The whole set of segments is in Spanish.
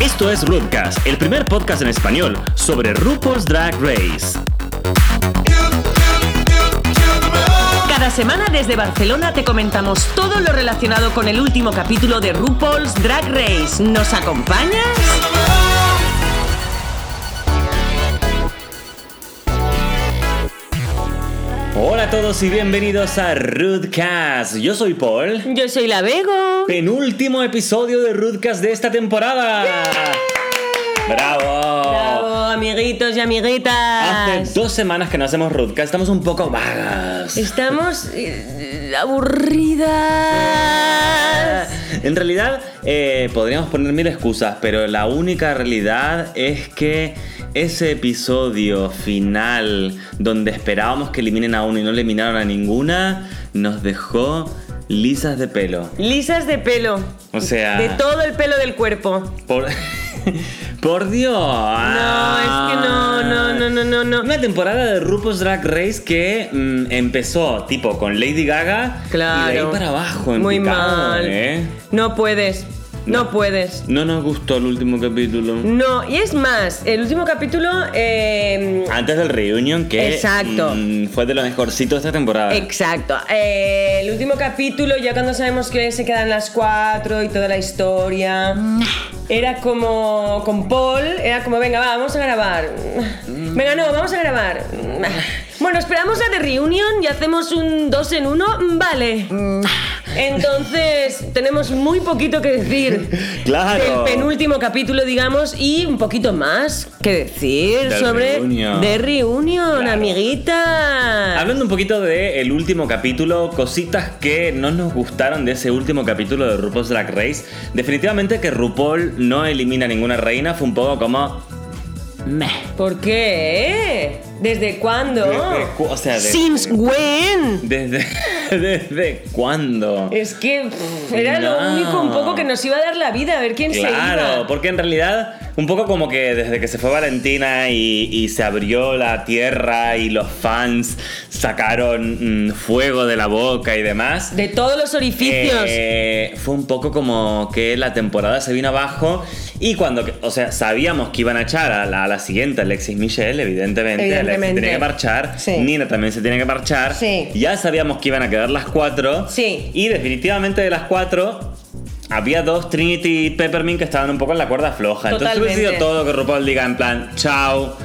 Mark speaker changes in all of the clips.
Speaker 1: Esto es Rubcast, el primer podcast en español sobre RuPaul's Drag Race.
Speaker 2: Cada semana desde Barcelona te comentamos todo lo relacionado con el último capítulo de RuPaul's Drag Race. ¿Nos acompañas?
Speaker 1: Hola a todos y bienvenidos a Rudcast. Yo soy Paul.
Speaker 2: Yo soy la Vego.
Speaker 1: Penúltimo episodio de Rudcast de esta temporada. ¡Bravo!
Speaker 2: Bravo, amiguitos
Speaker 1: Hace
Speaker 2: y amiguitas.
Speaker 1: dos semanas que no hacemos Rudcast, estamos un poco vagas.
Speaker 2: Estamos eh, aburridas.
Speaker 1: En realidad, eh, podríamos poner mil excusas, pero la única realidad es que ese episodio final donde esperábamos que eliminen a uno y no eliminaron a ninguna, nos dejó lisas de pelo.
Speaker 2: Lisas de pelo.
Speaker 1: O sea-
Speaker 2: De todo el pelo del cuerpo.
Speaker 1: Por, por Dios.
Speaker 2: No, es que no, no, no, no, no, no.
Speaker 1: Una temporada de RuPaul's Drag Race que mm, empezó tipo con Lady Gaga
Speaker 2: Claro.
Speaker 1: y de ahí para abajo. en
Speaker 2: Muy
Speaker 1: picado,
Speaker 2: mal.
Speaker 1: ¿eh?
Speaker 2: No puedes. no puedes.
Speaker 1: No nos gustó el último capítulo.
Speaker 2: No, y es más, el último capítulo, eh,
Speaker 1: Antes del reunion que
Speaker 2: Exacto.
Speaker 1: mm, fue de lo mejorcito de esta temporada.
Speaker 2: exacto, eh, el último capítulo, ya cuando sabemos que se quedan las cuatro y toda la historia, era como con Paul, era como, venga, va, vamos a grabar,
Speaker 1: Mm.
Speaker 2: venga, no, vamos a grabar. Bueno, esperamos la de reunión y hacemos un dos en uno, "Mm, vale.
Speaker 1: Mm.
Speaker 2: Entonces, tenemos muy poquito que decir.
Speaker 1: claro.
Speaker 2: del penúltimo capítulo, digamos, y un poquito más que decir
Speaker 1: Del
Speaker 2: sobre
Speaker 1: reunión.
Speaker 2: de reunión,
Speaker 1: Claro.
Speaker 2: amiguita.
Speaker 1: Hablando un poquito del último capítulo, cositas que no nos gustaron de ese último capítulo de RuPaul's Drag Race. Definitivamente que RuPaul no elimina ninguna reina, fue un poco como. Meh.
Speaker 2: ¿Por qué? ¿Desde cuándo?
Speaker 1: Desde cu- o sea, desde-
Speaker 2: Since when?
Speaker 1: ¿Desde, desde cuándo?
Speaker 2: Es que pff, era lo
Speaker 1: No.
Speaker 2: único un poco que nos iba a dar la vida, a ver quién se
Speaker 1: Claro,
Speaker 2: iba.
Speaker 1: porque en realidad, un poco como que desde que se fue Valentina y, y se abrió la tierra y los fans sacaron mm, fuego de la boca y demás.
Speaker 2: De todos los orificios.
Speaker 1: eh, fue un poco como que la temporada se vino abajo y cuando, o sea, sabíamos que iban a echar a la, a la siguiente, Alexis Michelle, evidentemente, Alexis
Speaker 2: Evidentemente.
Speaker 1: tenía que marchar,
Speaker 2: Sí.
Speaker 1: Nina también se tiene que marchar,
Speaker 2: Sí.
Speaker 1: ya sabíamos que iban a quedar las cuatro
Speaker 2: Sí.
Speaker 1: y definitivamente de las cuatro... Había dos, Trinity y Peppermint, que estaban un poco en la cuerda floja. Entonces hubiese sido
Speaker 2: Totalmente.
Speaker 1: todo que RuPaul diga en plan, chao,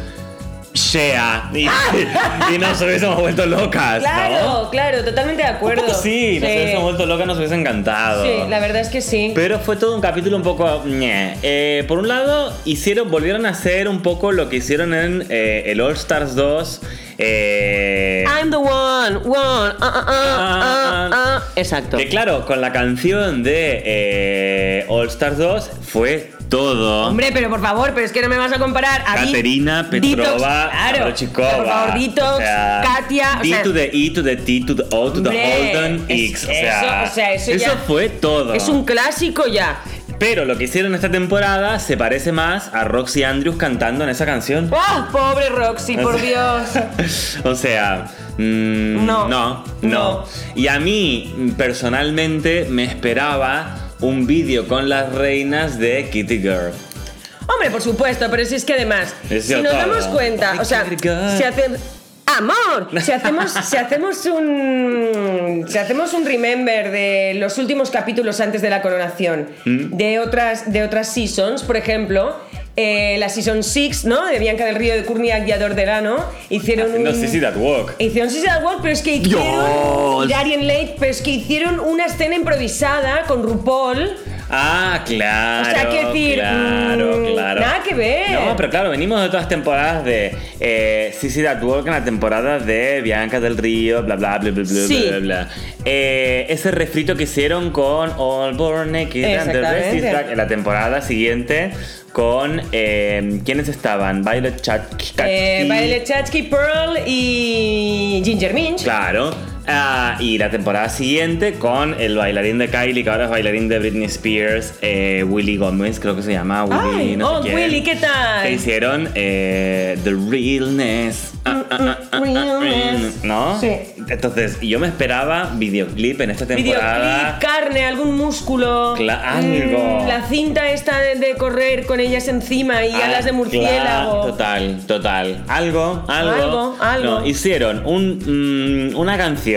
Speaker 1: shea. Y, y nos hubiésemos vuelto locas, ¿no?
Speaker 2: claro, claro, totalmente de
Speaker 1: Un
Speaker 2: acuerdo.
Speaker 1: poco sí, nos
Speaker 2: sí.
Speaker 1: hubiésemos vuelto locas, nos hubiese encantado.
Speaker 2: Sí, la verdad es que sí.
Speaker 1: Pero fue todo un capítulo un poco... ñe. Eh, por un lado, hicieron, volvieron a hacer un poco lo que hicieron en eh, el All Stars 2. eh,
Speaker 2: I'm the one, one, ah, ah, ah,
Speaker 1: Ah,
Speaker 2: ah, ah. Exacto.
Speaker 1: que claro, con la canción de eh, All Stars 2 fue todo.
Speaker 2: Hombre, pero por favor, pero es que no me vas a comparar a Di-
Speaker 1: Caterina,
Speaker 2: Detox,
Speaker 1: Petrova,
Speaker 2: claro,
Speaker 1: Abrochikova.
Speaker 2: Por favor, Detox,
Speaker 1: O sea,
Speaker 2: Katia, o
Speaker 1: D
Speaker 2: sea,
Speaker 1: to the E to the T to the O to
Speaker 2: Hombre,
Speaker 1: the Holden
Speaker 2: es-
Speaker 1: X. O sea,
Speaker 2: eso- o sea, eso ya-
Speaker 1: fue todo.
Speaker 2: es un clásico ya.
Speaker 1: Pero lo que hicieron esta temporada se parece más a Roxy Andrews cantando en esa canción.
Speaker 2: ¡Ah! Pobre Roxy, por Dios.
Speaker 1: o sea, mm,
Speaker 2: No.
Speaker 1: no, no,
Speaker 2: No.
Speaker 1: Y a mí, personalmente, me esperaba un vídeo con las reinas de Kitty Girl.
Speaker 2: Hombre, por supuesto, pero si es que además,
Speaker 1: Es
Speaker 2: si nos
Speaker 1: todo.
Speaker 2: damos cuenta, o sea,
Speaker 1: Obrigada.
Speaker 2: si hacemos. ¡Amor! Si hacemos, si hacemos un. Si hacemos un remember de los últimos capítulos antes de la coronación
Speaker 1: Mm.
Speaker 2: de, otras, de otras seasons, por ejemplo. eh, la Season 6, ¿no? De Bianca del Río de Curnia y Ador Delano. Hicieron
Speaker 1: No
Speaker 2: un.
Speaker 1: sé si that walk.
Speaker 2: Hicieron Suicide World, pero es que hicieron.
Speaker 1: Dios.
Speaker 2: Darien Lake, pero es que hicieron una escena improvisada con RuPaul.
Speaker 1: Ah, claro.
Speaker 2: O sea, quiero decir,
Speaker 1: Claro,
Speaker 2: mm,
Speaker 1: claro.
Speaker 2: nada que ver.
Speaker 1: No, pero claro, venimos de otras temporadas de eh, Sissy That Walk en la temporada de Bianca del Río, bla, bla, bla, bla, bla,
Speaker 2: Sí.
Speaker 1: bla, bla. Eh, ese refrito que hicieron con All Born Naked and the Rest is
Speaker 2: Exactamente.
Speaker 1: Black en la temporada siguiente con. eh, ¿Quiénes estaban? Violet Chachki.
Speaker 2: Eh, Violet Chachki, Pearl y Ginger Minch.
Speaker 1: Claro. Ah, y la temporada siguiente con el bailarín de Kylie, que ahora es bailarín de Britney Spears, eh, Willy Gómez, creo que se llama. Willy,
Speaker 2: Ay,
Speaker 1: no sé
Speaker 2: oh,
Speaker 1: quién.
Speaker 2: Willy, ¿qué tal?
Speaker 1: Que hicieron eh, The Realness. Ah, ah, ah, ah, ah,
Speaker 2: Realness.
Speaker 1: ¿No?
Speaker 2: Sí.
Speaker 1: Entonces, yo me esperaba videoclip en esta temporada.
Speaker 2: Videoclip, carne, algún músculo.
Speaker 1: Cla- ah, algo.
Speaker 2: Mm, la cinta esta de, de correr con ellas encima y
Speaker 1: Ah,
Speaker 2: alas de murciélago.
Speaker 1: cla- Total, total. Algo, algo.
Speaker 2: Algo, algo.
Speaker 1: No, hicieron un, mm, una canción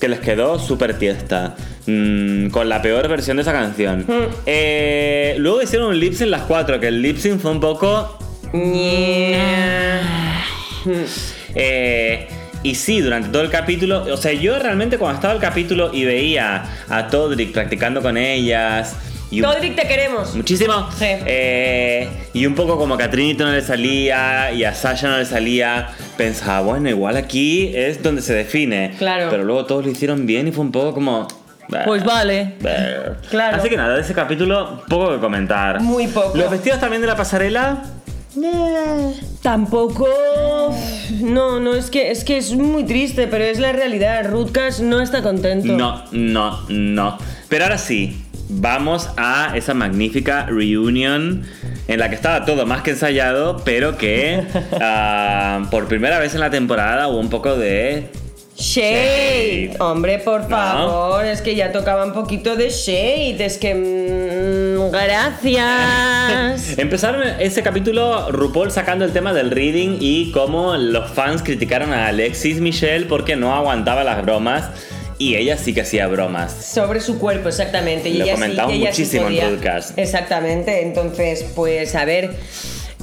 Speaker 1: que les quedó súper tiesta. mm, con la peor versión de esa canción.
Speaker 2: Mm.
Speaker 1: Eh, luego hicieron un lip sync las cuatro, que el lip sync fue un poco.
Speaker 2: Yeah.
Speaker 1: Eh, y sí, durante todo el capítulo, o sea, yo realmente cuando estaba el capítulo y veía a Todrick practicando con ellas. Y un-
Speaker 2: Todrick, te queremos.
Speaker 1: Muchísimo.
Speaker 2: Sí.
Speaker 1: Eh, y un poco como que a Trinity no le salía y a Sasha no le salía, pensaba, bueno, igual aquí es donde se define.
Speaker 2: Claro.
Speaker 1: Pero luego todos lo hicieron bien y fue un poco como. "Bah,
Speaker 2: Pues vale.
Speaker 1: bah".
Speaker 2: Claro.
Speaker 1: Así que nada, de ese capítulo, poco que comentar.
Speaker 2: Muy poco.
Speaker 1: Los vestidos también de la pasarela.
Speaker 2: Tampoco. No, no, es que es que es muy triste, pero es la realidad. Rutgers no está contento.
Speaker 1: No, no, no. Pero ahora sí, vamos a esa magnífica reunion en la que estaba todo más que ensayado, pero que ah, por primera vez en la temporada hubo un poco de...
Speaker 2: Shade.
Speaker 1: Shade.
Speaker 2: Hombre, por favor, es que ya tocaba un poquito de shade. Es que. mm, gracias.
Speaker 1: Empezaron ese capítulo RuPaul sacando el tema del reading y cómo los fans criticaron a Alexis Michelle porque no aguantaba las bromas y ella sí que hacía bromas.
Speaker 2: Sobre su cuerpo, exactamente. Y
Speaker 1: Lo
Speaker 2: ella sí-
Speaker 1: comentamos
Speaker 2: ella sí
Speaker 1: muchísimo en
Speaker 2: podía.
Speaker 1: Rutgers.
Speaker 2: Exactamente. Entonces, pues a ver.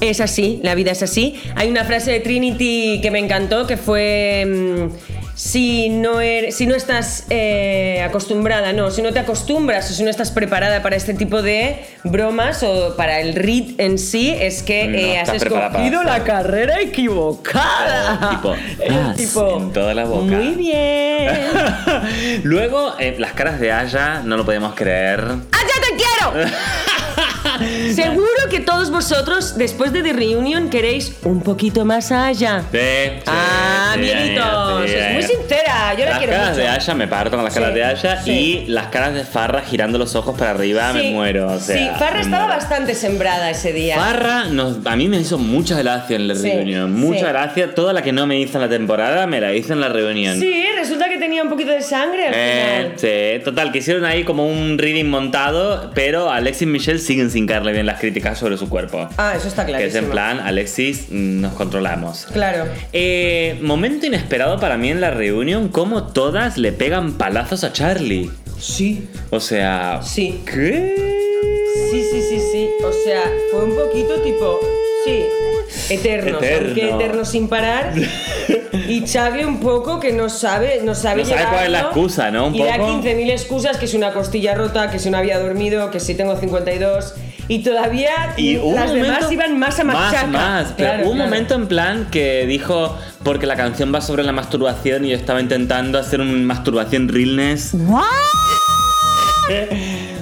Speaker 2: Es así, la vida es así. Hay una frase de Trinity que me encantó, que fue. mm, si no, er- si no estás eh, acostumbrada, no, si no te acostumbras o si no estás preparada para este tipo de bromas o para el read en sí, es que
Speaker 1: No
Speaker 2: eh, has
Speaker 1: estás preparada para
Speaker 2: escogido la
Speaker 1: hacerlo.
Speaker 2: carrera equivocada.
Speaker 1: Tipo,
Speaker 2: El
Speaker 1: "As", en toda la boca.
Speaker 2: Muy bien. ¡Allá
Speaker 1: Luego, eh, las caras de Aya, no lo podemos creer.
Speaker 2: te quiero! Seguro que todos vosotros, después de The Reunion, queréis un poquito más allá.
Speaker 1: Sí, sí,
Speaker 2: ah,
Speaker 1: sí,
Speaker 2: amiguitos,
Speaker 1: sí,
Speaker 2: es muy
Speaker 1: sí.
Speaker 2: sincera, yo la
Speaker 1: las
Speaker 2: quiero
Speaker 1: caras
Speaker 2: mucho.
Speaker 1: de Aya me parto con las caras
Speaker 2: Sí,
Speaker 1: de Aya
Speaker 2: sí.
Speaker 1: y las caras de Farra girando los ojos para arriba me
Speaker 2: Sí,
Speaker 1: muero. o sea,
Speaker 2: sí, Farra
Speaker 1: me
Speaker 2: estaba
Speaker 1: muero.
Speaker 2: bastante sembrada ese día.
Speaker 1: Farra nos- a mí me hizo mucha gracia en la
Speaker 2: Sí,
Speaker 1: reunión. Mucha
Speaker 2: sí.
Speaker 1: gracia. Toda la que no me hizo en la temporada me la hizo en la reunión.
Speaker 2: sí, resulta que tenía un poquito de sangre al
Speaker 1: Eh,
Speaker 2: final.
Speaker 1: sí, total, que hicieron ahí como un reading montado, pero Alexis y Michelle siguen sin caerle bien las críticas sobre su cuerpo.
Speaker 2: Ah, eso está
Speaker 1: que
Speaker 2: clarísimo.
Speaker 1: es en plan, Alexis, mm, nos controlamos.
Speaker 2: Claro.
Speaker 1: Eh, momento inesperado para mí en la reunión, como todas le pegan palazos a Charlie.
Speaker 2: Sí.
Speaker 1: O sea...
Speaker 2: Sí.
Speaker 1: ¿Qué?
Speaker 2: Sí, sí, sí, sí. O sea, fue un poquito tipo. Sí. Eterno.
Speaker 1: Eterno.
Speaker 2: Porque eterno sin parar. Y Charlie un poco que no sabe, no sabe
Speaker 1: No sabe
Speaker 2: llevarlo.
Speaker 1: cuál es la excusa, ¿no? Un
Speaker 2: y da
Speaker 1: poco.
Speaker 2: 15.000 excusas, que si una costilla rota, que si no había dormido, que si tengo 52. Y todavía
Speaker 1: Y hubo un
Speaker 2: las demás
Speaker 1: momento-
Speaker 2: iban más a machaca.
Speaker 1: Más, más. Pero
Speaker 2: Claro,
Speaker 1: hubo un
Speaker 2: claro.
Speaker 1: momento en plan que dijo, porque la canción va sobre la masturbación y yo estaba intentando hacer un masturbación realness.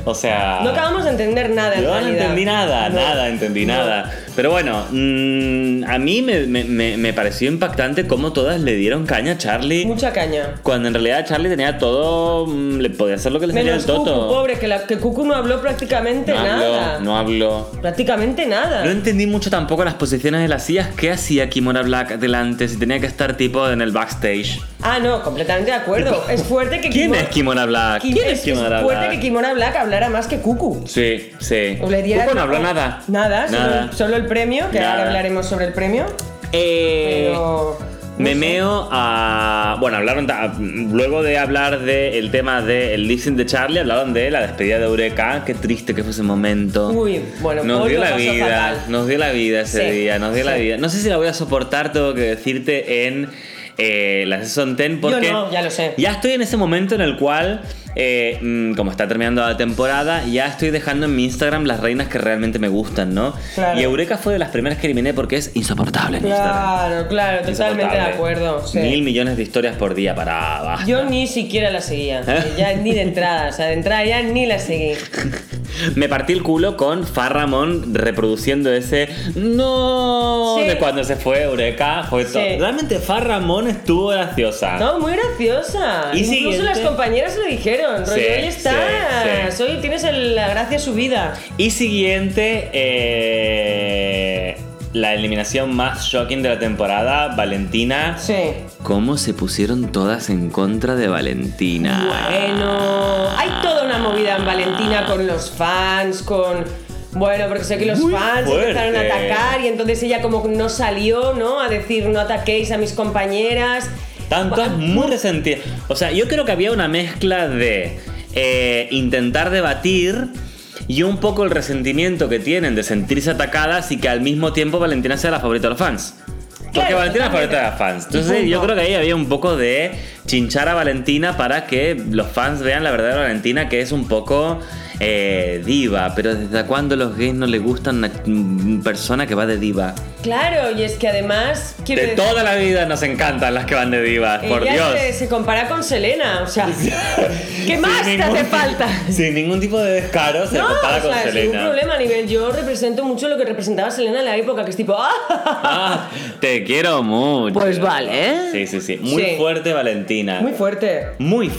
Speaker 1: o sea...
Speaker 2: No acabamos de entender nada en
Speaker 1: Yo no
Speaker 2: realidad.
Speaker 1: entendí nada,
Speaker 2: No.
Speaker 1: nada, entendí
Speaker 2: No.
Speaker 1: nada. Pero bueno, mm, a mí me, me- me- me pareció impactante cómo todas le dieron caña a Charlie.
Speaker 2: Mucha caña.
Speaker 1: Cuando en realidad Charlie tenía todo. mm, Le podía hacer lo que le salía
Speaker 2: Menos
Speaker 1: el toto.
Speaker 2: Cucu, pobre, que, la, que Cucu no habló prácticamente
Speaker 1: no
Speaker 2: nada.
Speaker 1: habló, no habló.
Speaker 2: Prácticamente nada.
Speaker 1: No entendí mucho tampoco las posiciones de las sillas. ¿Qué hacía Kimora Black delante si tenía que estar tipo en el backstage?
Speaker 2: Ah, no, completamente de acuerdo. Es fuerte que
Speaker 1: ¿Quién
Speaker 2: Kimora-
Speaker 1: es Kimora Black?
Speaker 2: Kim-
Speaker 1: ¿Quién es
Speaker 2: es que es
Speaker 1: Kimora
Speaker 2: fuerte
Speaker 1: Black?
Speaker 2: que Kimona Black hablara más que Cucu.
Speaker 1: Sí, sí.
Speaker 2: O le diera-
Speaker 1: Cuco no habló nada.
Speaker 2: Nada, solo-
Speaker 1: Nada.
Speaker 2: Solo, el premio, que
Speaker 1: Nada.
Speaker 2: ahora hablaremos sobre el premio.
Speaker 1: Eh,
Speaker 2: Pero. no
Speaker 1: Me
Speaker 2: sé.
Speaker 1: meo a. Bueno, hablaron. ta- Luego de hablar del tema del lip sync de Charlie, hablaron de la despedida de Eureka. Qué triste que fue ese momento.
Speaker 2: Uy, bueno,
Speaker 1: nos
Speaker 2: Paul
Speaker 1: dio
Speaker 2: lo
Speaker 1: la
Speaker 2: pasó
Speaker 1: vida.
Speaker 2: fatal.
Speaker 1: Nos dio la vida ese
Speaker 2: Sí,
Speaker 1: día, nos dio la
Speaker 2: sí.
Speaker 1: vida. No sé si la voy a soportar, tengo que decirte, en eh, la Season 10, porque.
Speaker 2: no, ya lo sé.
Speaker 1: Ya estoy en ese momento en el cual. eh, mm, como está terminando la temporada, ya estoy dejando en mi Instagram las reinas que realmente me gustan, ¿no?
Speaker 2: Claro.
Speaker 1: Y Eureka fue de las primeras que eliminé porque es insoportable en Instagram.
Speaker 2: Claro, claro, totalmente de
Speaker 1: Insoportable.
Speaker 2: acuerdo. sí.
Speaker 1: Mil millones de historias por día para abajo.
Speaker 2: Yo ni siquiera la
Speaker 1: ¿Eh?
Speaker 2: seguía. eh, Ya ni de entrada, o sea, de entrada ya ni la seguí.
Speaker 1: Me partí el culo con Farramón reproduciendo ese no
Speaker 2: Sí.
Speaker 1: de cuando se fue Eureka. Fue
Speaker 2: Sí.
Speaker 1: todo. Realmente Farramón estuvo graciosa.
Speaker 2: No, muy
Speaker 1: Ah.
Speaker 2: graciosa.
Speaker 1: Y
Speaker 2: Incluso
Speaker 1: siguiente.
Speaker 2: las compañeras lo dijeron. Rollo,
Speaker 1: Sí,
Speaker 2: ahí estás.
Speaker 1: sí, sí.
Speaker 2: Hoy tienes el- la gracia subida.
Speaker 1: Y siguiente, eh, la eliminación más shocking de la temporada, Valentina.
Speaker 2: Sí.
Speaker 1: ¿Cómo se pusieron todas en contra de Valentina?
Speaker 2: Bueno, hay toda una movida en Valentina con los fans, con... Bueno, porque sé que los
Speaker 1: Muy
Speaker 2: fans
Speaker 1: fuerte.
Speaker 2: empezaron a atacar y entonces ella como no salió, ¿no? A decir, no ataquéis a mis compañeras.
Speaker 1: Tantas muy resentidas. O sea, yo creo que había una mezcla de eh, intentar debatir y un poco el resentimiento que tienen de sentirse atacadas y que al mismo tiempo Valentina sea la favorita de los fans. Porque
Speaker 2: Claro,
Speaker 1: Valentina es la favorita de los
Speaker 2: totalmente.
Speaker 1: fans.
Speaker 2: Y
Speaker 1: Entonces
Speaker 2: punto.
Speaker 1: yo creo que ahí había un poco de chinchar a Valentina para que los fans vean la verdadera Valentina que es un poco eh, diva. Pero ¿desde cuándo los gays no les gustan una mm, persona que va de diva?
Speaker 2: Claro, y es que además... quiero
Speaker 1: De
Speaker 2: decir,
Speaker 1: toda la vida nos encantan las que van de divas, por
Speaker 2: ella
Speaker 1: Dios.
Speaker 2: Se, se compara con Selena, o sea... ¿Qué más te hace falta?
Speaker 1: Sin ningún tipo de descaro se
Speaker 2: no,
Speaker 1: compara
Speaker 2: o
Speaker 1: con
Speaker 2: sea, sin ningún
Speaker 1: Selena.
Speaker 2: problema a nivel. Yo represento mucho lo que representaba Selena en la época, que es tipo, ¡ah!
Speaker 1: Ah, te quiero mucho.
Speaker 2: Pues vale, ¿eh?
Speaker 1: Sí, sí, sí. Muy
Speaker 2: Sí.
Speaker 1: fuerte, Valentina.
Speaker 2: Muy
Speaker 1: Muy,
Speaker 2: fuerte.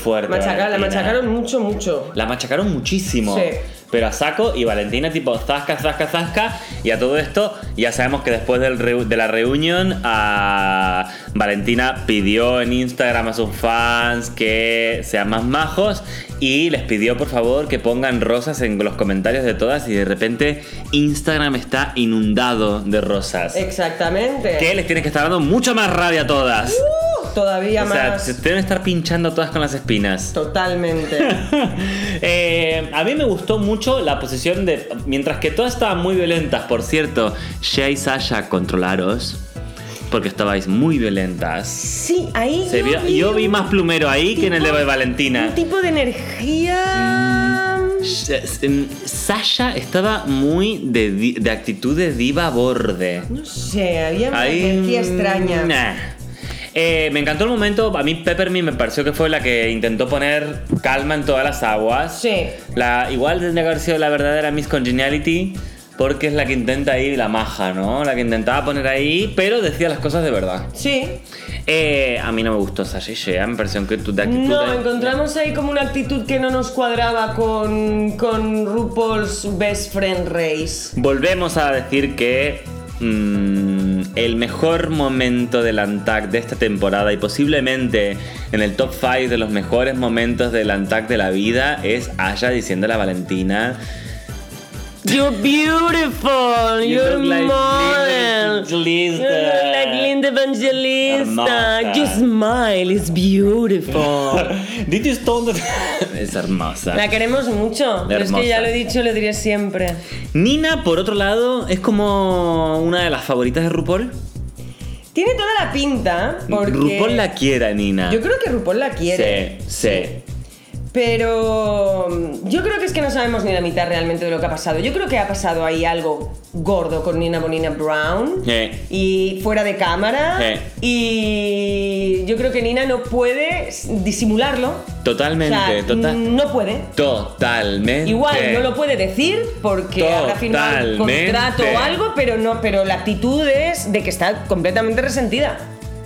Speaker 1: fuerte.
Speaker 2: Machacar, la
Speaker 1: Valentina.
Speaker 2: machacaron mucho, mucho.
Speaker 1: La machacaron muchísimo.
Speaker 2: Sí.
Speaker 1: Pero a saco y Valentina tipo zasca, zasca, zasca. Y a todo esto ya sabemos que después del reu- de la reunión a Valentina pidió en Instagram a sus fans que sean más majos y les pidió por favor que pongan rosas en los comentarios de todas y de repente Instagram está inundado de rosas.
Speaker 2: Eh, Exactamente.
Speaker 1: Que les tiene que estar dando mucho más rabia a todas.
Speaker 2: ¡Uh! Todavía
Speaker 1: o sea,
Speaker 2: más.
Speaker 1: se deben estar pinchando todas con las espinas.
Speaker 2: Totalmente.
Speaker 1: Eh, a mí me gustó mucho la posición de. Mientras que todas estaban muy violentas, por cierto, Shea y Sasha, controlaros. Porque estabais muy violentas.
Speaker 2: Sí, ahí
Speaker 1: Se
Speaker 2: yo,
Speaker 1: vio-
Speaker 2: vi,
Speaker 1: yo vi
Speaker 2: un
Speaker 1: más plumero ahí que en el
Speaker 2: tipo-
Speaker 1: de Valentina.
Speaker 2: Un tipo de energía.
Speaker 1: Sh- eh, Sasha estaba muy de, di- de actitud de diva borde.
Speaker 2: No sé, había una
Speaker 1: Ahí, mm,
Speaker 2: energía extraña.
Speaker 1: nah. Eh, me encantó el momento. A mí Peppermint me pareció que fue la que intentó poner calma en todas las aguas.
Speaker 2: Sí.
Speaker 1: La, igual tendría que haber sido la verdadera Miss Congeniality. Porque es la que intenta ahí la maja, ¿no? La que intentaba poner ahí, pero decía las cosas de verdad.
Speaker 2: Sí.
Speaker 1: Eh, a mí no me gustó Sasha y Shea, me pareció que tu de actitud.
Speaker 2: No,
Speaker 1: de-
Speaker 2: encontramos ahí como una actitud que no nos cuadraba con, con RuPaul's Best Friend Race.
Speaker 1: Volvemos a decir que mm, el mejor momento del ANTAC de esta temporada y posiblemente en el top 5 de los mejores momentos del ANTAC de la vida es Aya diciendo a la Valentina.
Speaker 2: You're beautiful,
Speaker 1: "You
Speaker 2: you're
Speaker 1: look like
Speaker 2: model.
Speaker 1: Linda Evangelista".
Speaker 2: You look like Linda Evangelista.
Speaker 1: Hermosa.
Speaker 2: You smile, it's beautiful.
Speaker 1: Did you stone the- es hermosa.
Speaker 2: La queremos mucho. pero Es
Speaker 1: Hermosa.
Speaker 2: que ya lo he dicho, lo diré siempre.
Speaker 1: Nina, por otro lado, es como una de las favoritas de RuPaul.
Speaker 2: Tiene toda la pinta, porque
Speaker 1: RuPaul la quiere, a Nina.
Speaker 2: yo creo que RuPaul la quiere.
Speaker 1: Sí, sí.
Speaker 2: Pero mm, yo creo que es que no sabemos ni la mitad realmente de lo que ha pasado. Yo creo que ha pasado ahí algo gordo con Nina Bonina Brown.
Speaker 1: Sí.
Speaker 2: Y fuera de cámara.
Speaker 1: Sí.
Speaker 2: Y yo creo que Nina no puede disimularlo. O
Speaker 1: Totalmente,
Speaker 2: sea,
Speaker 1: total.
Speaker 2: No puede.
Speaker 1: Totalmente.
Speaker 2: Igual no lo puede decir porque habrá firmado un
Speaker 1: Totalmente.
Speaker 2: contrato o algo, pero no, pero la actitud es de que está completamente resentida.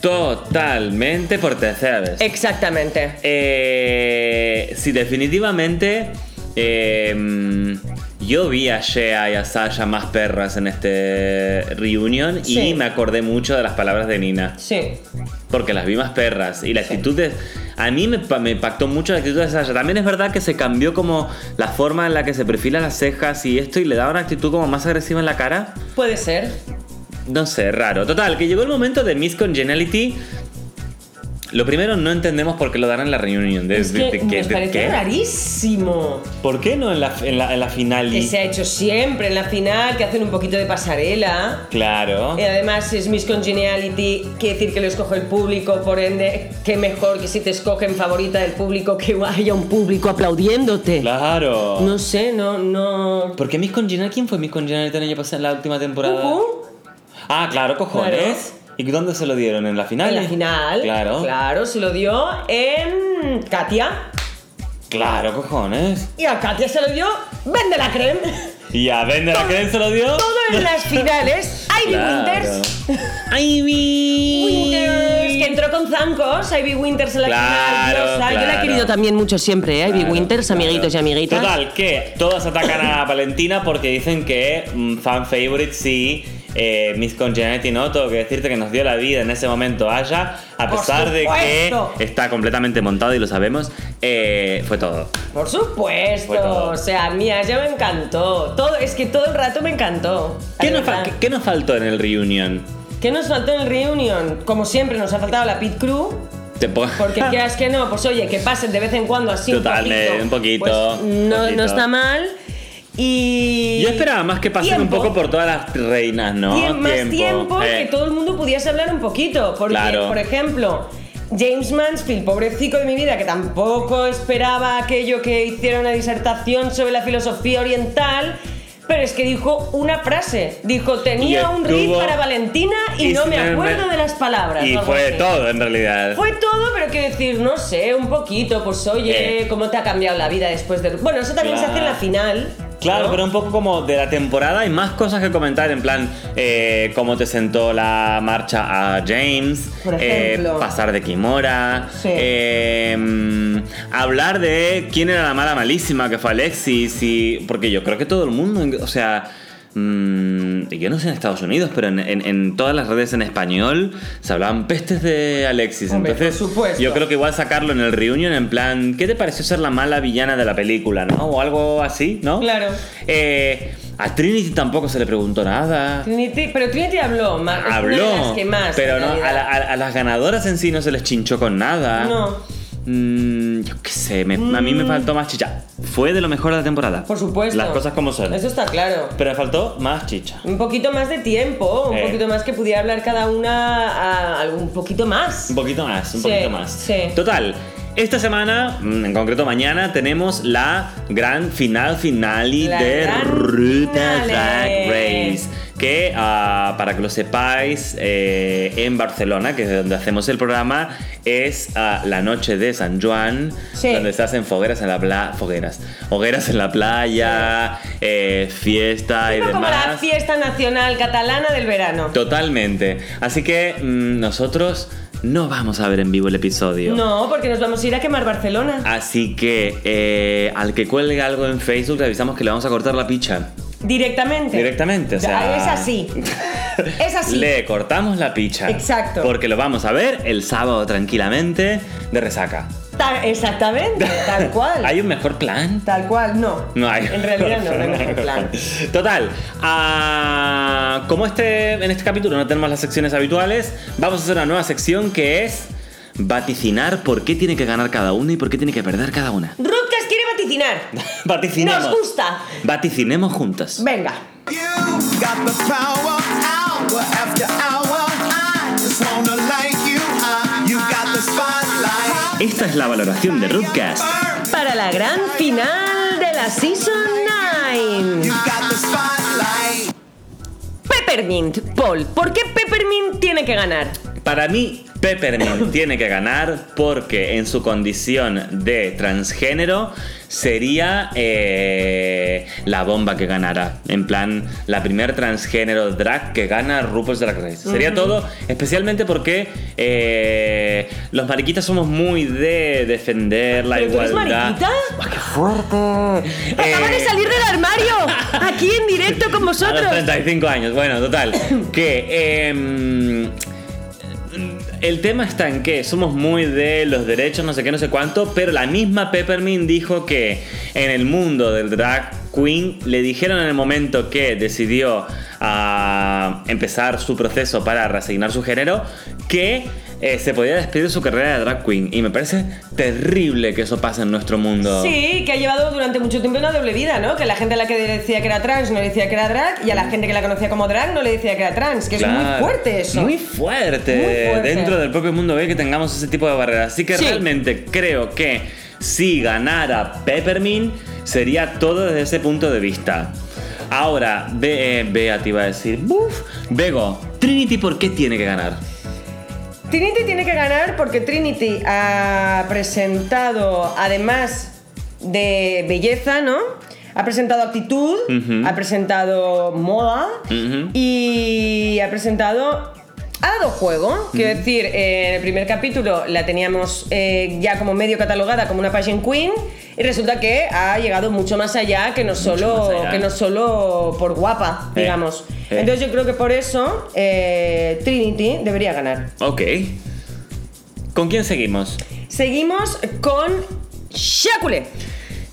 Speaker 1: Totalmente por tercera vez.
Speaker 2: Exactamente.
Speaker 1: Eh, sí, definitivamente. eh, yo vi a Shea y a Sasha más perras en este reunion y
Speaker 2: Sí.
Speaker 1: me acordé mucho de las palabras de Nina.
Speaker 2: Sí.
Speaker 1: Porque las vi más perras. Y la actitud de. A mí me, pa- me impactó mucho la actitud de Sasha. También es verdad que se cambió como la forma en la que se perfilan las cejas y esto y le daba una actitud como más agresiva en la cara.
Speaker 2: Puede ser.
Speaker 1: No sé, raro. Total, que llegó el momento de Miss Congeniality. Lo primero, no entendemos por qué lo dan en la reunión. De,
Speaker 2: Es
Speaker 1: de-
Speaker 2: que
Speaker 1: de-
Speaker 2: nos
Speaker 1: de-
Speaker 2: pareció
Speaker 1: ¿qué?
Speaker 2: rarísimo.
Speaker 1: ¿Por qué no en la, en la, en la final?
Speaker 2: Que se ha hecho siempre en la final, que hacen un poquito de pasarela.
Speaker 1: Claro.
Speaker 2: Y además es Miss Congeniality, quiere decir que lo escoge el público, por ende, qué mejor que si te escogen favorita del público, que haya un público aplaudiéndote.
Speaker 1: Claro.
Speaker 2: No sé, no, no...
Speaker 1: ¿Por qué Miss Congeniality? ¿Quién fue Miss Congeniality el año pasado en la última temporada?
Speaker 2: Ujú.
Speaker 1: Ah, claro, cojones. ¿Y dónde se lo dieron? ¿En la final?
Speaker 2: En la final,
Speaker 1: Claro. Claro,
Speaker 2: claro, se lo dio en Katia.
Speaker 1: cojones.
Speaker 2: Y a Katia se lo dio Vende la Creme.
Speaker 1: ¿Y a Vender a quién se lo dio?
Speaker 2: Todo en las finales. Ivy
Speaker 1: Claro.
Speaker 2: Winters.
Speaker 1: Ivy.
Speaker 2: Winters, que entró con zancos, Ivy Winters en la
Speaker 1: Claro,
Speaker 2: final. diosa. Yo la
Speaker 1: claro.
Speaker 2: he querido también mucho siempre, ¿eh? Ivy
Speaker 1: Claro,
Speaker 2: Winters,
Speaker 1: claro.
Speaker 2: amiguitos y amiguitas.
Speaker 1: Total, que todas atacan a Valentina porque dicen que mm, fan favorite sí eh, Miss Congeniality, ¿no? Tengo que decirte que nos dio la vida en ese momento Aya, a
Speaker 2: Por
Speaker 1: pesar de que
Speaker 2: supuesto.
Speaker 1: está completamente montado y lo sabemos, eh, fue todo.
Speaker 2: Por
Speaker 1: Fue
Speaker 2: supuesto,
Speaker 1: todo.
Speaker 2: o sea, mía, ya me encantó. Todo, es que todo el rato me encantó. la
Speaker 1: ¿Qué nos, fa-
Speaker 2: verdad.
Speaker 1: qué- qué nos faltó en el reunion?
Speaker 2: ¿Qué nos faltó en el reunion? Como siempre, nos ha faltado la pit crew.
Speaker 1: Te po-
Speaker 2: Porque quieras que no, pues oye, que pasen de vez en cuando así un
Speaker 1: Totalmente,
Speaker 2: poquito.
Speaker 1: eh, un poquito,
Speaker 2: Pues,
Speaker 1: un
Speaker 2: no,
Speaker 1: poquito.
Speaker 2: no está mal. Y.
Speaker 1: Yo esperaba más que pasen un
Speaker 2: tiempo.
Speaker 1: poco por todas las reinas, ¿no?
Speaker 2: Tien- más tiempo
Speaker 1: Eh,
Speaker 2: que todo el mundo pudiese hablar un poquito. Porque,
Speaker 1: Claro.
Speaker 2: por ejemplo, James Mansfield, pobrecito de mi vida, que tampoco esperaba aquello que hiciera una disertación sobre la filosofía oriental. Pero es que dijo una frase. Dijo, tenía un riff
Speaker 1: estuvo-
Speaker 2: para Valentina y,
Speaker 1: y
Speaker 2: no
Speaker 1: se
Speaker 2: me
Speaker 1: me-
Speaker 2: acuerdo de las palabras.
Speaker 1: Y
Speaker 2: o algo
Speaker 1: fue
Speaker 2: así.
Speaker 1: todo en realidad.
Speaker 2: Fue todo, pero que decir, no sé, un poquito, pues oye,
Speaker 1: Eh.
Speaker 2: cómo te ha cambiado la vida después de... Bueno, eso también se hace en la
Speaker 1: Claro.
Speaker 2: final.
Speaker 1: Claro,
Speaker 2: ¿no?
Speaker 1: pero un poco como de la temporada hay más cosas que comentar, en plan, eh, cómo te sentó la marcha a James,
Speaker 2: Por
Speaker 1: eh,
Speaker 2: ejemplo.
Speaker 1: pasar de Kimora,
Speaker 2: Sí.
Speaker 1: eh, mm, hablar de quién era la mala malísima que fue Alexis, y, porque yo creo que todo el mundo, o sea, mm, yo no sé en Estados Unidos, pero en, en- en todas las redes en español se hablaban pestes de Alexis,
Speaker 2: Hombre, por
Speaker 1: entonces
Speaker 2: supuesto.
Speaker 1: yo creo creo que igual sacarlo en el reunion en plan, ¿qué te pareció ser la mala villana de la película, no? O algo así, ¿no?
Speaker 2: Claro.
Speaker 1: Eh, a Trinity tampoco se le preguntó nada.
Speaker 2: Trinity, pero Trinity habló, más,
Speaker 1: Habló.
Speaker 2: una de las que más.
Speaker 1: pero
Speaker 2: en
Speaker 1: no, a,
Speaker 2: realidad.
Speaker 1: la- a- a las ganadoras en sí no se les chinchó con nada.
Speaker 2: No. Mm.
Speaker 1: Mm, yo qué sé, me- a mí me faltó más chicha. Fue de lo mejor de la temporada.
Speaker 2: Por supuesto.
Speaker 1: Las cosas como son.
Speaker 2: Eso está claro.
Speaker 1: Pero me faltó más chicha.
Speaker 2: Un poquito más de tiempo, un
Speaker 1: Eh.
Speaker 2: poquito más que pudiera hablar cada una, a- un poquito más.
Speaker 1: Un poquito más, un
Speaker 2: Sí,
Speaker 1: poquito más.
Speaker 2: sí.
Speaker 1: Total. Esta semana, mm, en concreto mañana, tenemos la gran final finale
Speaker 2: La
Speaker 1: de
Speaker 2: gran
Speaker 1: Ruta
Speaker 2: finale.
Speaker 1: Drag Race. Que ah, para que lo sepáis, eh, en Barcelona, que es donde hacemos el programa, es ah, la noche de San Juan,
Speaker 2: Sí.
Speaker 1: donde se hacen fogueras en la playa. Fogueras. Hogueras en la playa, eh, fiesta y
Speaker 2: Fue
Speaker 1: demás.
Speaker 2: como la fiesta nacional catalana del verano.
Speaker 1: Totalmente. Así que mm, nosotros no vamos a ver en vivo el episodio.
Speaker 2: No, porque nos vamos a ir a quemar Barcelona.
Speaker 1: Así que eh, al que cuelgue algo en Facebook le avisamos que le vamos a cortar la picha.
Speaker 2: Directamente.
Speaker 1: Directamente, o sea.
Speaker 2: Ah, Es así. es así.
Speaker 1: Le cortamos la picha.
Speaker 2: Exacto.
Speaker 1: Porque lo vamos a ver el sábado tranquilamente de resaca.
Speaker 2: Ta- exactamente, tal cual.
Speaker 1: ¿Hay un mejor plan?
Speaker 2: Tal cual, no.
Speaker 1: No hay.
Speaker 2: En realidad no, no hay mejor plan.
Speaker 1: Total. ah, como este, en este capítulo no tenemos las secciones habituales, vamos a hacer una nueva sección que es vaticinar por qué tiene que ganar cada una y por qué tiene que perder cada una.
Speaker 2: Rutgers quiere vaticinar.
Speaker 1: Vaticinemos.
Speaker 2: Nos gusta.
Speaker 1: Vaticinemos juntas.
Speaker 2: Venga.
Speaker 3: You got the power hour after hour. I just wanna like you. I, you got the spotlight.
Speaker 1: Esta es la valoración de Rootcast.
Speaker 2: Para la gran final de la Season 9.
Speaker 3: You got the spotlight.
Speaker 2: Peppermint, Paul. ¿Por qué Peppermint tiene que ganar?
Speaker 1: Para mí, Peppermint tiene que ganar porque en su condición de transgénero sería eh, la bomba que ganara. En plan, la primer transgénero drag que gana RuPaul's Drag Race. Sería todo, especialmente porque eh, los mariquitas somos muy de defender la
Speaker 2: ¿Pero tú eres
Speaker 1: igualdad.
Speaker 2: mariquita?
Speaker 1: ¡Ah, ¡Qué fuerte!
Speaker 2: Acaban
Speaker 1: Eh,
Speaker 2: de salir del armario. Aquí en directo con
Speaker 1: a los
Speaker 2: vosotros.
Speaker 1: 35 años, bueno, total. que em, el tema está en que somos muy de los derechos, no sé qué, no sé cuánto, pero la misma Peppermint dijo que en el mundo del drag queen le dijeron en el momento que decidió ah, empezar su proceso para reasignar su género que eh, se podía despedir de su carrera de drag queen. Y me parece terrible que eso pase en nuestro mundo.
Speaker 2: Sí, que ha llevado durante mucho tiempo una doble vida, ¿no? Que la gente a la que decía que era trans no le decía que era drag y a la gente que la conocía como drag no le decía que era trans, que es muy
Speaker 1: Claro.
Speaker 2: fuerte eso.
Speaker 1: Muy fuerte.
Speaker 2: Muy fuerte.
Speaker 1: Dentro del propio mundo gay que tengamos ese tipo de barreras. Así que
Speaker 2: Sí.
Speaker 1: realmente creo que si ganara Peppermint, sería todo desde ese punto de vista. Ahora, Be- eh, Bea te iba a decir, ¡buf! Bego, Trinity, ¿por qué tiene que ganar?
Speaker 2: Trinity tiene que ganar porque Trinity ha presentado, además de belleza, ¿no? Ha presentado actitud,
Speaker 1: Ujú.
Speaker 2: ha presentado moda
Speaker 1: Ujú.
Speaker 2: y ha presentado ha dado juego. Quiero decir, eh, en el primer capítulo la teníamos eh, ya como medio catalogada como una pageant queen y resulta que ha llegado mucho más allá que no solo,
Speaker 1: más allá.
Speaker 2: Que no solo por guapa,
Speaker 1: Eh,
Speaker 2: digamos.
Speaker 1: eh.
Speaker 2: Entonces yo creo que por eso eh, Trinity debería ganar.
Speaker 1: Ok. ¿Con quién seguimos?
Speaker 2: Seguimos con Shakule.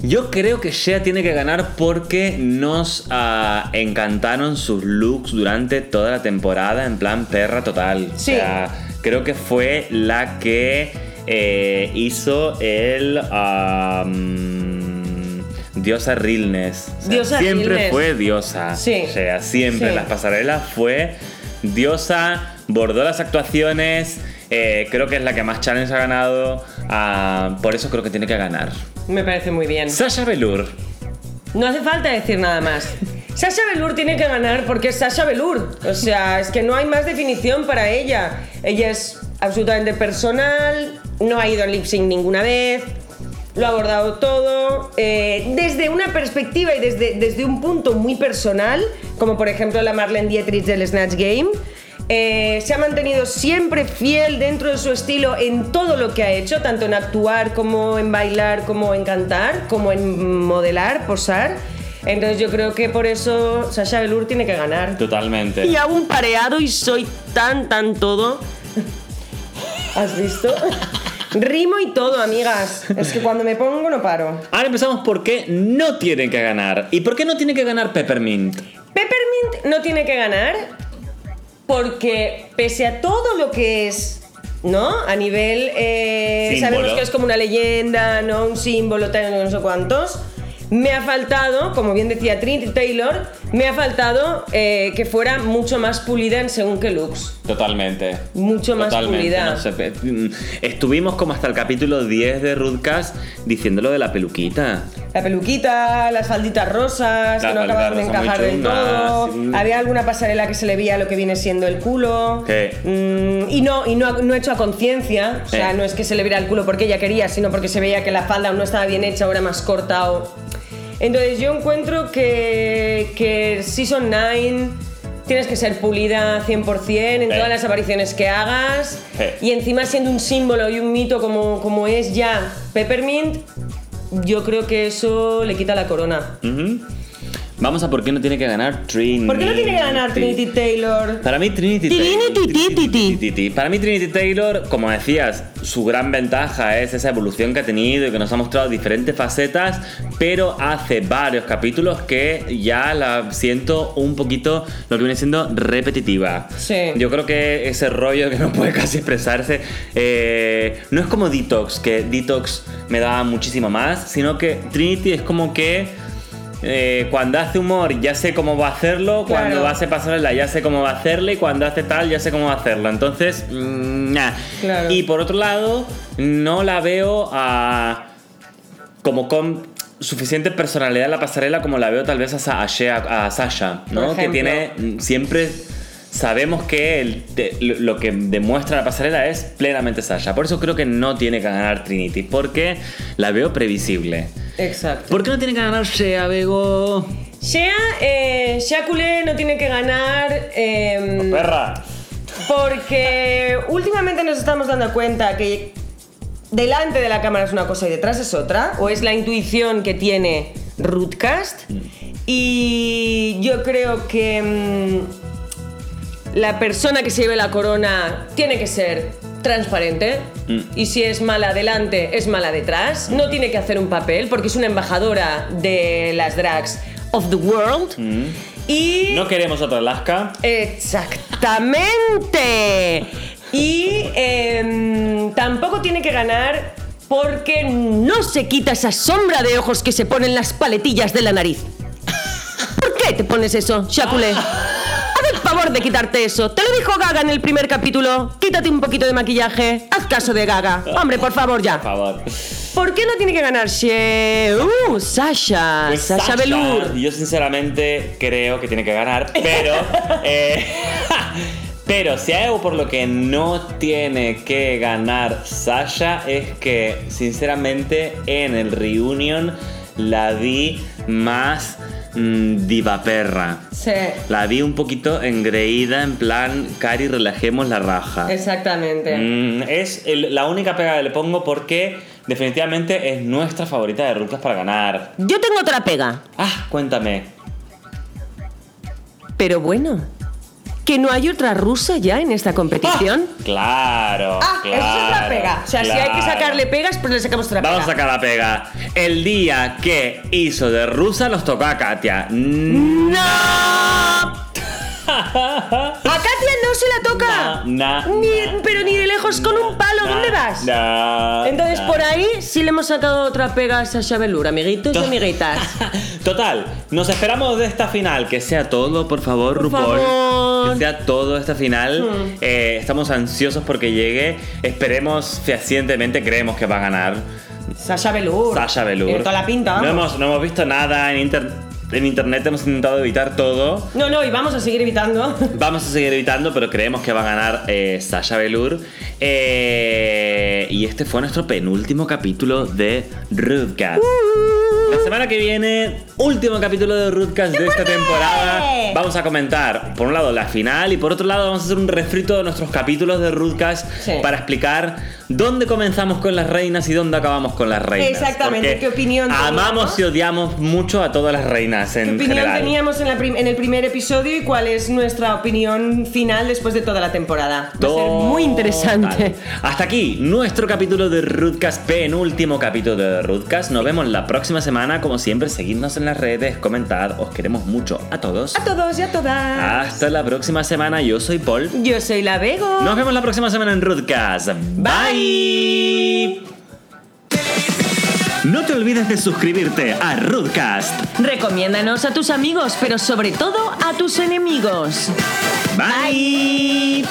Speaker 1: Yo creo que Shea tiene que ganar porque nos ah, encantaron sus looks durante toda la temporada en plan perra total.
Speaker 2: Sí.
Speaker 1: O sea, creo que fue la que eh, hizo el am, Diosa Realness. O sea,
Speaker 2: Diosa
Speaker 1: siempre
Speaker 2: Realness.
Speaker 1: fue diosa.
Speaker 2: Sí.
Speaker 1: Shea, siempre.
Speaker 2: Sí.
Speaker 1: Las pasarelas fue diosa, bordó las actuaciones. eh, creo que es la que más challenge ha ganado. ah, por eso creo que tiene que ganar.
Speaker 2: Me parece muy bien.
Speaker 1: Sasha Velour.
Speaker 2: No hace falta decir nada más. Sasha Velour tiene que ganar porque es Sasha Velour. O sea, es que no hay más definición para ella. Ella es absolutamente personal, no ha ido al lip sync ninguna vez, lo ha abordado todo. eh, desde una perspectiva y desde, desde un punto muy personal, como por ejemplo la Marlene Dietrich del Snatch Game. eh, se ha mantenido siempre fiel dentro de su estilo en todo lo que ha hecho, tanto en actuar como en bailar, como en cantar, como en modelar, posar. Entonces yo creo que por eso Sasha Velour tiene que ganar.
Speaker 1: Totalmente.
Speaker 2: Y hago un pareado y soy tan, tan todo. ¿Has visto? Rimo y todo, amigas. Es que cuando me pongo no paro.
Speaker 1: Ahora empezamos por qué no tienen que ganar. ¿Y por qué no tiene que ganar Peppermint?
Speaker 2: Peppermint no tiene que ganar porque pese a todo lo que es, ¿no? A nivel... eh,
Speaker 1: Símbolo.
Speaker 2: sabemos que es como una leyenda, ¿no? Un símbolo, tal, no sé cuántos. Me ha faltado, como bien decía Trinity Taylor, me ha faltado eh, que fuera mucho más pulida en según qué looks.
Speaker 1: Totalmente.
Speaker 2: Mucho más pulida.
Speaker 1: no sé, pe- mm, estuvimos como hasta el capítulo 10 de Rudcast diciendo lo de la peluquita.
Speaker 2: La peluquita, las falditas rosas,
Speaker 1: Las
Speaker 2: que no
Speaker 1: falditas
Speaker 2: acababan de
Speaker 1: rosas muy
Speaker 2: encajar del
Speaker 1: chungas, Ah,
Speaker 2: todo.
Speaker 1: sí.
Speaker 2: Había alguna pasarela que se le veía lo que viene siendo el culo.
Speaker 1: Sí.
Speaker 2: Mm, y no, y no, no hecho a conciencia. O sea,
Speaker 1: Sí.
Speaker 2: no es que se le viera el culo porque ella quería, sino porque se veía que la falda aún no estaba bien hecha, ahora más corta o. Entonces yo encuentro que, que Season 9 tienes que ser pulida 100% en
Speaker 1: Sí.
Speaker 2: todas las apariciones que hagas.
Speaker 1: Sí.
Speaker 2: Y encima siendo un símbolo y un mito como, como es ya Peppermint, yo creo que eso le quita la corona.
Speaker 1: Ujú. Vamos a por qué no tiene que ganar Trinity.
Speaker 2: ¿Por qué no tiene que ganar Trinity Taylor?
Speaker 1: Para mí Trinity
Speaker 2: Trinity, ti, ti,
Speaker 1: Trinity, ti. Para mí Trinity Taylor, como decías, su gran ventaja es esa evolución que ha tenido y que nos ha mostrado diferentes facetas, pero hace varios capítulos que ya la siento un poquito lo que viene siendo repetitiva.
Speaker 2: Sí.
Speaker 1: Yo creo que ese rollo que no puede casi expresarse eh, no es como Detox, que Detox me da muchísimo más, sino que Trinity es como que eh, cuando hace humor ya sé cómo va a hacerlo, cuando
Speaker 2: Claro.
Speaker 1: hace pasarela ya sé cómo va a hacerla y cuando hace tal ya sé cómo va a hacerlo. Entonces, mm, nah.
Speaker 2: Claro.
Speaker 1: Y por otro lado, no la veo a, como con suficiente personalidad en la pasarela como la veo tal vez a, Sa- a Shea- a Sasha, ¿no?
Speaker 2: Por
Speaker 1: Que
Speaker 2: ejemplo.
Speaker 1: tiene mm, siempre... Sabemos que el- te- lo lo que demuestra la pasarela es plenamente Sasha. Por eso creo que no tiene que ganar Trinity, porque la veo previsible.
Speaker 2: Exacto.
Speaker 1: ¿Por qué no tiene que ganar Shea, Bego?
Speaker 2: Shea, eh, Shea Coulee no tiene que ganar em,
Speaker 1: Perra.
Speaker 2: porque últimamente nos estamos dando cuenta que delante de la cámara es una cosa y detrás es otra, o es la intuición que tiene Rootcast.
Speaker 1: Mm.
Speaker 2: Y yo creo que mm, la persona que se lleve la corona tiene que ser transparente.
Speaker 1: Mm.
Speaker 2: Y si es mala delante, es mala detrás. No tiene que hacer un papel porque es una embajadora de las drags of the world. Y
Speaker 1: Mm. No queremos otra Alaska.
Speaker 2: Exactamente. Y em, tampoco tiene que ganar porque no se quita esa sombra de ojos que se ponen las paletillas de la nariz. ¿Por qué te pones eso, Shaculé? Haz el favor de quitarte eso. Te lo dijo Gaga en el primer capítulo. Quítate un poquito de maquillaje. Haz caso de Gaga. Hombre, por favor, ya.
Speaker 1: Por favor.
Speaker 2: ¿Por qué no tiene que ganar She? Uh, Sasha.
Speaker 1: Pues
Speaker 2: Sasha Velour.
Speaker 1: Yo sinceramente creo que tiene que ganar, pero. eh, pero si hay algo por lo que no tiene que ganar Sasha es que, sinceramente, en el reunion la vi más mm, diva perra.
Speaker 2: Sí,
Speaker 1: La vi un poquito engreída, en plan, Cari, relajemos la raja.
Speaker 2: exactamente.
Speaker 1: Mm, es el- la única pega que le pongo porque definitivamente es nuestra favorita de Rucas para ganar.
Speaker 4: Yo tengo otra pega,
Speaker 1: Ah, cuéntame.
Speaker 4: pero bueno, que no hay otra rusa ya en esta competición.
Speaker 1: Claro.
Speaker 2: Ah, esa es la
Speaker 1: claro,
Speaker 2: pega. O sea, si hay que
Speaker 1: claro.
Speaker 2: sacarle pegas, pues le sacamos otra
Speaker 1: Vamos a
Speaker 2: pega.
Speaker 1: sacar la pega. El día que hizo de rusa los tocó a Katia.
Speaker 4: Mm.
Speaker 1: ¡No!
Speaker 4: A Katia no se la toca.
Speaker 1: Na,
Speaker 4: Ni-
Speaker 1: na,
Speaker 4: pero ni de lejos, con un palo,
Speaker 1: na,
Speaker 4: ¿dónde vas?
Speaker 1: na,
Speaker 4: Entonces
Speaker 1: na.
Speaker 4: por ahí sí le hemos sacado otra pega a Sasha Velour, amiguitos y amiguitas.
Speaker 1: Total, nos esperamos de esta final. Que sea todo, por favor,
Speaker 4: Por
Speaker 1: RuPaul.
Speaker 4: favor. Hmm.
Speaker 1: Que sea todo esta final. Eh, estamos ansiosos porque llegue. Esperemos fehacientemente, creemos que va a ganar
Speaker 2: Sasha Velour.
Speaker 1: Sasha Velour.
Speaker 2: Tiene toda la pinta,
Speaker 1: No
Speaker 2: vamos.
Speaker 1: hemos, no hemos visto nada en, inter- en internet, hemos intentado evitar todo.
Speaker 2: No, no, y vamos a seguir evitando.
Speaker 1: Vamos a seguir evitando, pero creemos que va a ganar eh, Sasha Velour. Eh, y este fue nuestro penúltimo capítulo de Rudcast.
Speaker 2: Uh-huh.
Speaker 1: La semana que viene, último capítulo de Rudcast de esta temporada. Vamos a comentar, por un lado, la final y por otro lado, vamos a hacer un refrito de nuestros capítulos de Rudcast
Speaker 2: Sí.
Speaker 1: para explicar dónde comenzamos con las reinas y dónde acabamos con las reinas.
Speaker 2: Exactamente,
Speaker 1: Porque
Speaker 2: qué opinión
Speaker 1: Amamos
Speaker 2: teníamos.
Speaker 1: y odiamos mucho a todas las reinas en
Speaker 2: ¿Qué opinión
Speaker 1: general.
Speaker 2: teníamos en, la prim- en el primer episodio y cuál es nuestra opinión final después de toda la temporada? Va a ser muy
Speaker 4: interesante.
Speaker 1: Hasta aquí nuestro capítulo de Rootcast, penúltimo capítulo de Rootcast. Nos vemos la próxima semana. Como siempre, seguidnos en las redes, comentad. Os queremos mucho a todos.
Speaker 2: A todos y a todas.
Speaker 1: Hasta la próxima semana. Yo soy Paul.
Speaker 2: Yo soy la Vego.
Speaker 1: Nos vemos la próxima semana en Rootcast. Bye. No te olvides de suscribirte a Rootcast.
Speaker 4: Recomiéndanos a tus amigos, pero sobre todo a tus enemigos.
Speaker 1: Bye.